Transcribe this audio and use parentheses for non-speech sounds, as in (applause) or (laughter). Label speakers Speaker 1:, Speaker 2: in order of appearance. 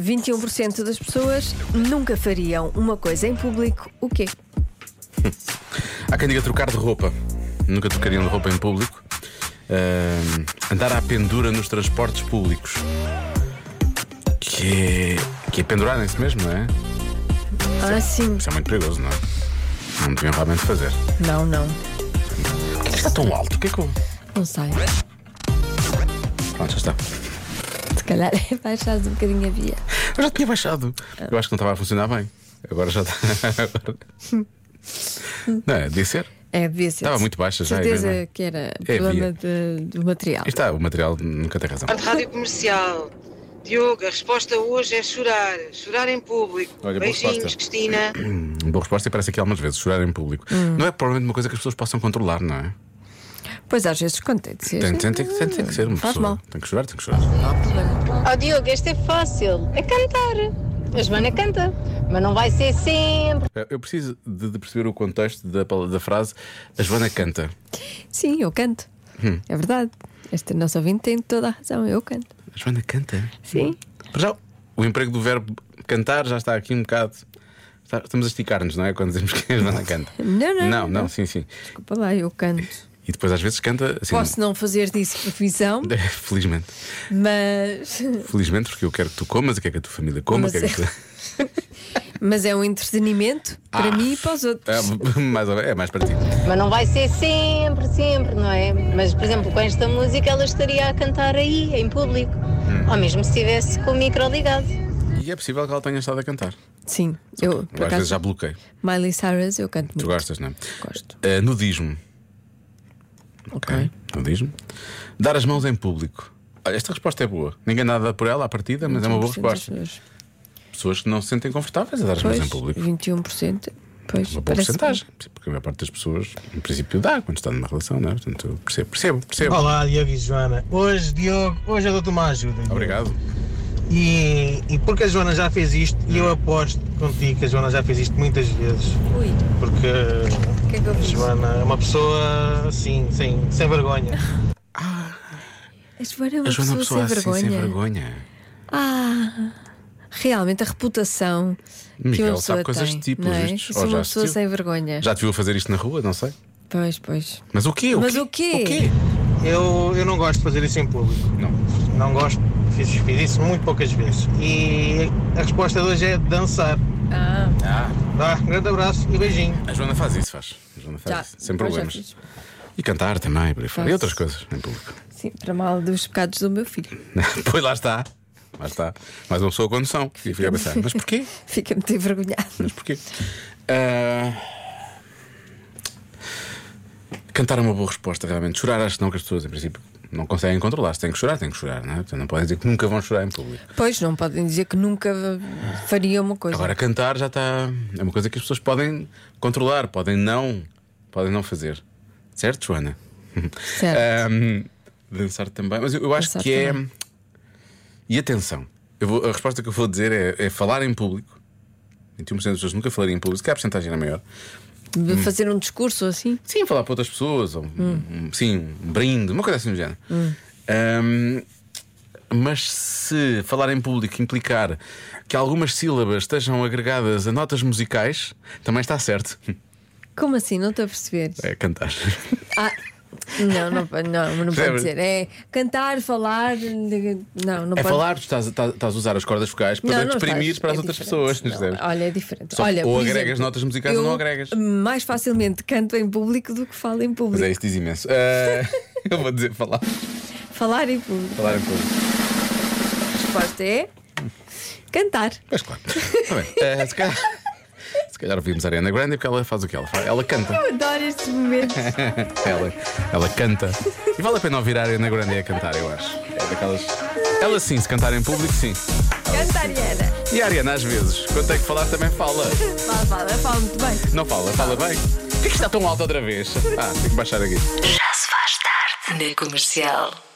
Speaker 1: 21% das pessoas nunca fariam uma coisa em público, o quê?
Speaker 2: Há quem diga trocar de roupa. Nunca trocariam de roupa em público. Ahm, andar à pendura nos transportes públicos. Que é, que é pendurarem-se mesmo, não é?
Speaker 1: Ah, sim.
Speaker 2: Isso é muito perigoso, não é? Não deviam realmente fazer.
Speaker 1: Não, não.
Speaker 2: Por que é que está tão alto? O que é que eu.
Speaker 1: Não sei.
Speaker 2: Pronto, já está.
Speaker 1: Se calhar é baixar um bocadinho a via.
Speaker 2: Eu já tinha baixado. Eu acho que não estava a funcionar bem. Agora já está. (laughs) Agora- Não, é, devia ser.
Speaker 1: É, devia ser.
Speaker 2: Estava muito baixa já, é
Speaker 1: Certeza
Speaker 2: mesmo, é?
Speaker 1: que era
Speaker 2: É via.
Speaker 1: problema de- do material.
Speaker 2: Aí está, o material nunca tem razão.
Speaker 3: Portanto, Rádio Comercial. Diogo, a resposta hoje é chorar. Chorar em público.
Speaker 2: Olha, boa
Speaker 3: Beijinhos,
Speaker 2: resposta.
Speaker 3: Cristina.
Speaker 2: Hum, Boa resposta e parece aqui algumas vezes, chorar em público. Não é provavelmente uma coisa que as pessoas possam controlar, não é?
Speaker 1: Pois às vezes contente
Speaker 2: Tem, tem- tem que- tem- tem que ser uma
Speaker 1: é Faz
Speaker 2: pessoa.
Speaker 1: mal.
Speaker 2: Tem que chorar, tem que chorar.
Speaker 4: Oh Diogo, este é fácil. É cantar. A Joana canta, mas não vai ser sempre.
Speaker 2: Eh, Eu preciso de, de perceber o contexto da, pala- da frase. A Joana canta.
Speaker 1: Sim, eu canto.
Speaker 2: Hum.
Speaker 1: É verdade. Esta nossa ouvinte tem toda a razão. Eu canto.
Speaker 2: A Joana canta?
Speaker 1: Sim.
Speaker 2: Para já, o emprego do verbo cantar já está aqui um bocado. está- Estamos a esticar-nos, não é? Quando dizemos que a Joana canta.
Speaker 1: (laughs) Não, não,
Speaker 2: Não, não,
Speaker 1: não.
Speaker 2: sim, sim.
Speaker 1: Desculpa lá, eu canto.
Speaker 2: E depois às vezes canta assim.
Speaker 1: Posso não fazer disso profissão,
Speaker 2: (laughs) Felizmente.
Speaker 1: mas,
Speaker 2: Felizmente, porque eu quero que tu comas, eu quero que a tua família coma,
Speaker 1: Mas
Speaker 2: quero
Speaker 1: é-
Speaker 2: que tu...
Speaker 1: (laughs) mas é um entretenimento para mim e para os outros.
Speaker 2: Ah. É, (laughs) mais ou menos, é mais para ti.
Speaker 4: Mas não vai ser sempre, sempre, não é? Mas, por exemplo, com esta música ela estaria a cantar aí, em público. Ou mesmo se estivesse com o micro ligado.
Speaker 2: E é possível que ela tenha estado a cantar.
Speaker 1: Sim, eu por
Speaker 2: Eu às vezes
Speaker 1: acaso,
Speaker 2: já bloqueei.
Speaker 1: Miley Cyrus, eu canto
Speaker 2: Tu
Speaker 1: muito.
Speaker 2: gostas, não é?
Speaker 1: Gosto.
Speaker 2: Eh, nudismo.
Speaker 1: Ok.
Speaker 2: Nudismo. Dar as mãos em público. Olha, esta resposta é boa. Ninguém nada por ela à partida, mas é uma
Speaker 1: 21%
Speaker 2: boa
Speaker 1: das
Speaker 2: resposta.
Speaker 1: pessoas.
Speaker 2: Pessoas que não se sentem confortáveis a dar as mãos em
Speaker 1: Pois,
Speaker 2: público.
Speaker 1: 21%. Pois,
Speaker 2: Uma boa
Speaker 1: parece
Speaker 2: porcentagem. Porque a maior parte das pessoas, em princípio, dá quando está numa relação, não é? Portanto, eu percebo, percebo, percebo.
Speaker 5: Olá, Diogo e Joana. Hoje, Diogo, hoje eu dou-te uma ajuda. Diogo.
Speaker 2: Obrigado.
Speaker 5: E, e porque a Joana já fez isto, e eu aposto contigo que a Joana já fez isto muitas vezes.
Speaker 1: Ui,
Speaker 5: Porque
Speaker 1: o que é que eu
Speaker 5: a
Speaker 1: fiz?
Speaker 5: Joana é uma pessoa assim, sem, sem vergonha.
Speaker 2: (laughs)
Speaker 1: A Joana é uma
Speaker 2: A Joana é uma pessoa
Speaker 1: pessoa,
Speaker 2: assim, sem
Speaker 1: vergonha.
Speaker 2: vergonha.
Speaker 1: Ah, realmente a reputação que uma
Speaker 2: Miguel
Speaker 1: pessoa
Speaker 2: sabe coisas
Speaker 1: tem,
Speaker 2: de ti, pelos
Speaker 1: não é?
Speaker 2: vistos.
Speaker 1: Eu
Speaker 2: Ou
Speaker 1: Sou uma
Speaker 2: já
Speaker 1: pessoa
Speaker 2: assistiu?
Speaker 1: sem vergonha.
Speaker 2: Já te viu fazer isto na rua? Não sei.
Speaker 1: Pois, pois.
Speaker 2: Mas o quê?
Speaker 1: Mas
Speaker 2: quê?
Speaker 1: o quê?
Speaker 2: O quê?
Speaker 5: Eu, eu não gosto de fazer isso em público.
Speaker 2: Não.
Speaker 5: Não gosto, fiz, fiz isso muito poucas vezes. E a resposta de hoje é dançar.
Speaker 1: Ah,
Speaker 2: Ah,
Speaker 5: Vá, um grande abraço e beijinho.
Speaker 2: a Joana faz isso, faz. A Joana faz
Speaker 1: já.
Speaker 2: isso, sem
Speaker 1: Pois, já
Speaker 2: problemas.
Speaker 1: fiz.
Speaker 2: E cantar também, por aí fora. E
Speaker 1: Faço.
Speaker 2: outras coisas em público.
Speaker 1: Sim, para mal dos pecados do meu filho. (laughs)
Speaker 2: (laughs) pois lá está. Lá está. Mais uma pessoa com noção. E fica a pensar, mas porquê?
Speaker 1: Fica muito envergonhado.
Speaker 2: Mas porquê? Ah, Cantar é uma boa resposta, realmente. Chorar, acho que não que as pessoas, em princípio, não conseguem controlar-se. Têm que chorar, têm que chorar, não é? Portanto, não podem dizer que nunca vão chorar em público.
Speaker 1: Pois, não podem dizer que nunca faria uma coisa.
Speaker 2: Agora, cantar já está. É uma coisa que as pessoas podem controlar, podem não, podem não fazer. Certo, Joana? eh,
Speaker 1: Certo.
Speaker 2: Ahm, dançar também. Mas eu, eu acho
Speaker 1: Dançar
Speaker 2: que é.
Speaker 1: também.
Speaker 2: E atenção, eu vou- a resposta que eu vou dizer é, é falar em público. 21% das pessoas nunca falariam em público, se calhar a porcentagem era maior.
Speaker 1: De
Speaker 2: hum.
Speaker 1: fazer um discurso assim.
Speaker 2: Sim, falar para outras pessoas, ou um-
Speaker 1: Hum.
Speaker 2: um- sim, um brinde, uma coisa assim do género. Ahm, mas se falar em público implicar que algumas sílabas estejam agregadas a notas musicais, também está certo. (laughs)
Speaker 1: Como assim? Não estou a perceber.
Speaker 2: É cantar.
Speaker 1: Ah, não, não, po- não, não pode
Speaker 2: Percebes?
Speaker 1: dizer. É cantar, falar. de- Não, não
Speaker 2: É
Speaker 1: pode.
Speaker 2: falar, tu estás, estás- estás a usar as cordas vocais para
Speaker 1: Não,
Speaker 2: te
Speaker 1: não
Speaker 2: exprimir
Speaker 1: faz.
Speaker 2: para as
Speaker 1: É
Speaker 2: outras
Speaker 1: diferente.
Speaker 2: pessoas.
Speaker 1: Não,
Speaker 2: percebes?
Speaker 1: olha, é diferente.
Speaker 2: Só-
Speaker 1: olha,
Speaker 2: ou
Speaker 1: por
Speaker 2: agregas
Speaker 1: exemplo,
Speaker 2: notas musicais ou
Speaker 1: eu
Speaker 2: não agregas.
Speaker 1: Mais facilmente canto em público do que falo em
Speaker 2: Mas
Speaker 1: público.
Speaker 2: é, isto diz imenso. Ah, (laughs) eu vou dizer falar, é-
Speaker 1: Falar em público.
Speaker 2: falar em público.
Speaker 1: A resposta é cantar.
Speaker 2: Mas claro. Está bem. Ah, se, calhar, se calhar ouvimos a Ariana Grande porque ela faz o que ela faz. Ela canta. (laughs)
Speaker 1: Eu adoro estes momentos.
Speaker 2: Ela, ela canta. E vale a pena ouvir a Ariana Grande a cantar, eu acho. É daquelas. Ela sim, se cantar em público, sim.
Speaker 1: Canta, Ariana.
Speaker 2: E a Ariana, às vezes, quando tem que falar, também fala.
Speaker 1: Fala, fala, fala muito bem.
Speaker 2: Não fala, fala bem. Por que é que está tão alto outra vez? Ah, tenho que baixar aqui.
Speaker 6: Já se faz tarde na comercial.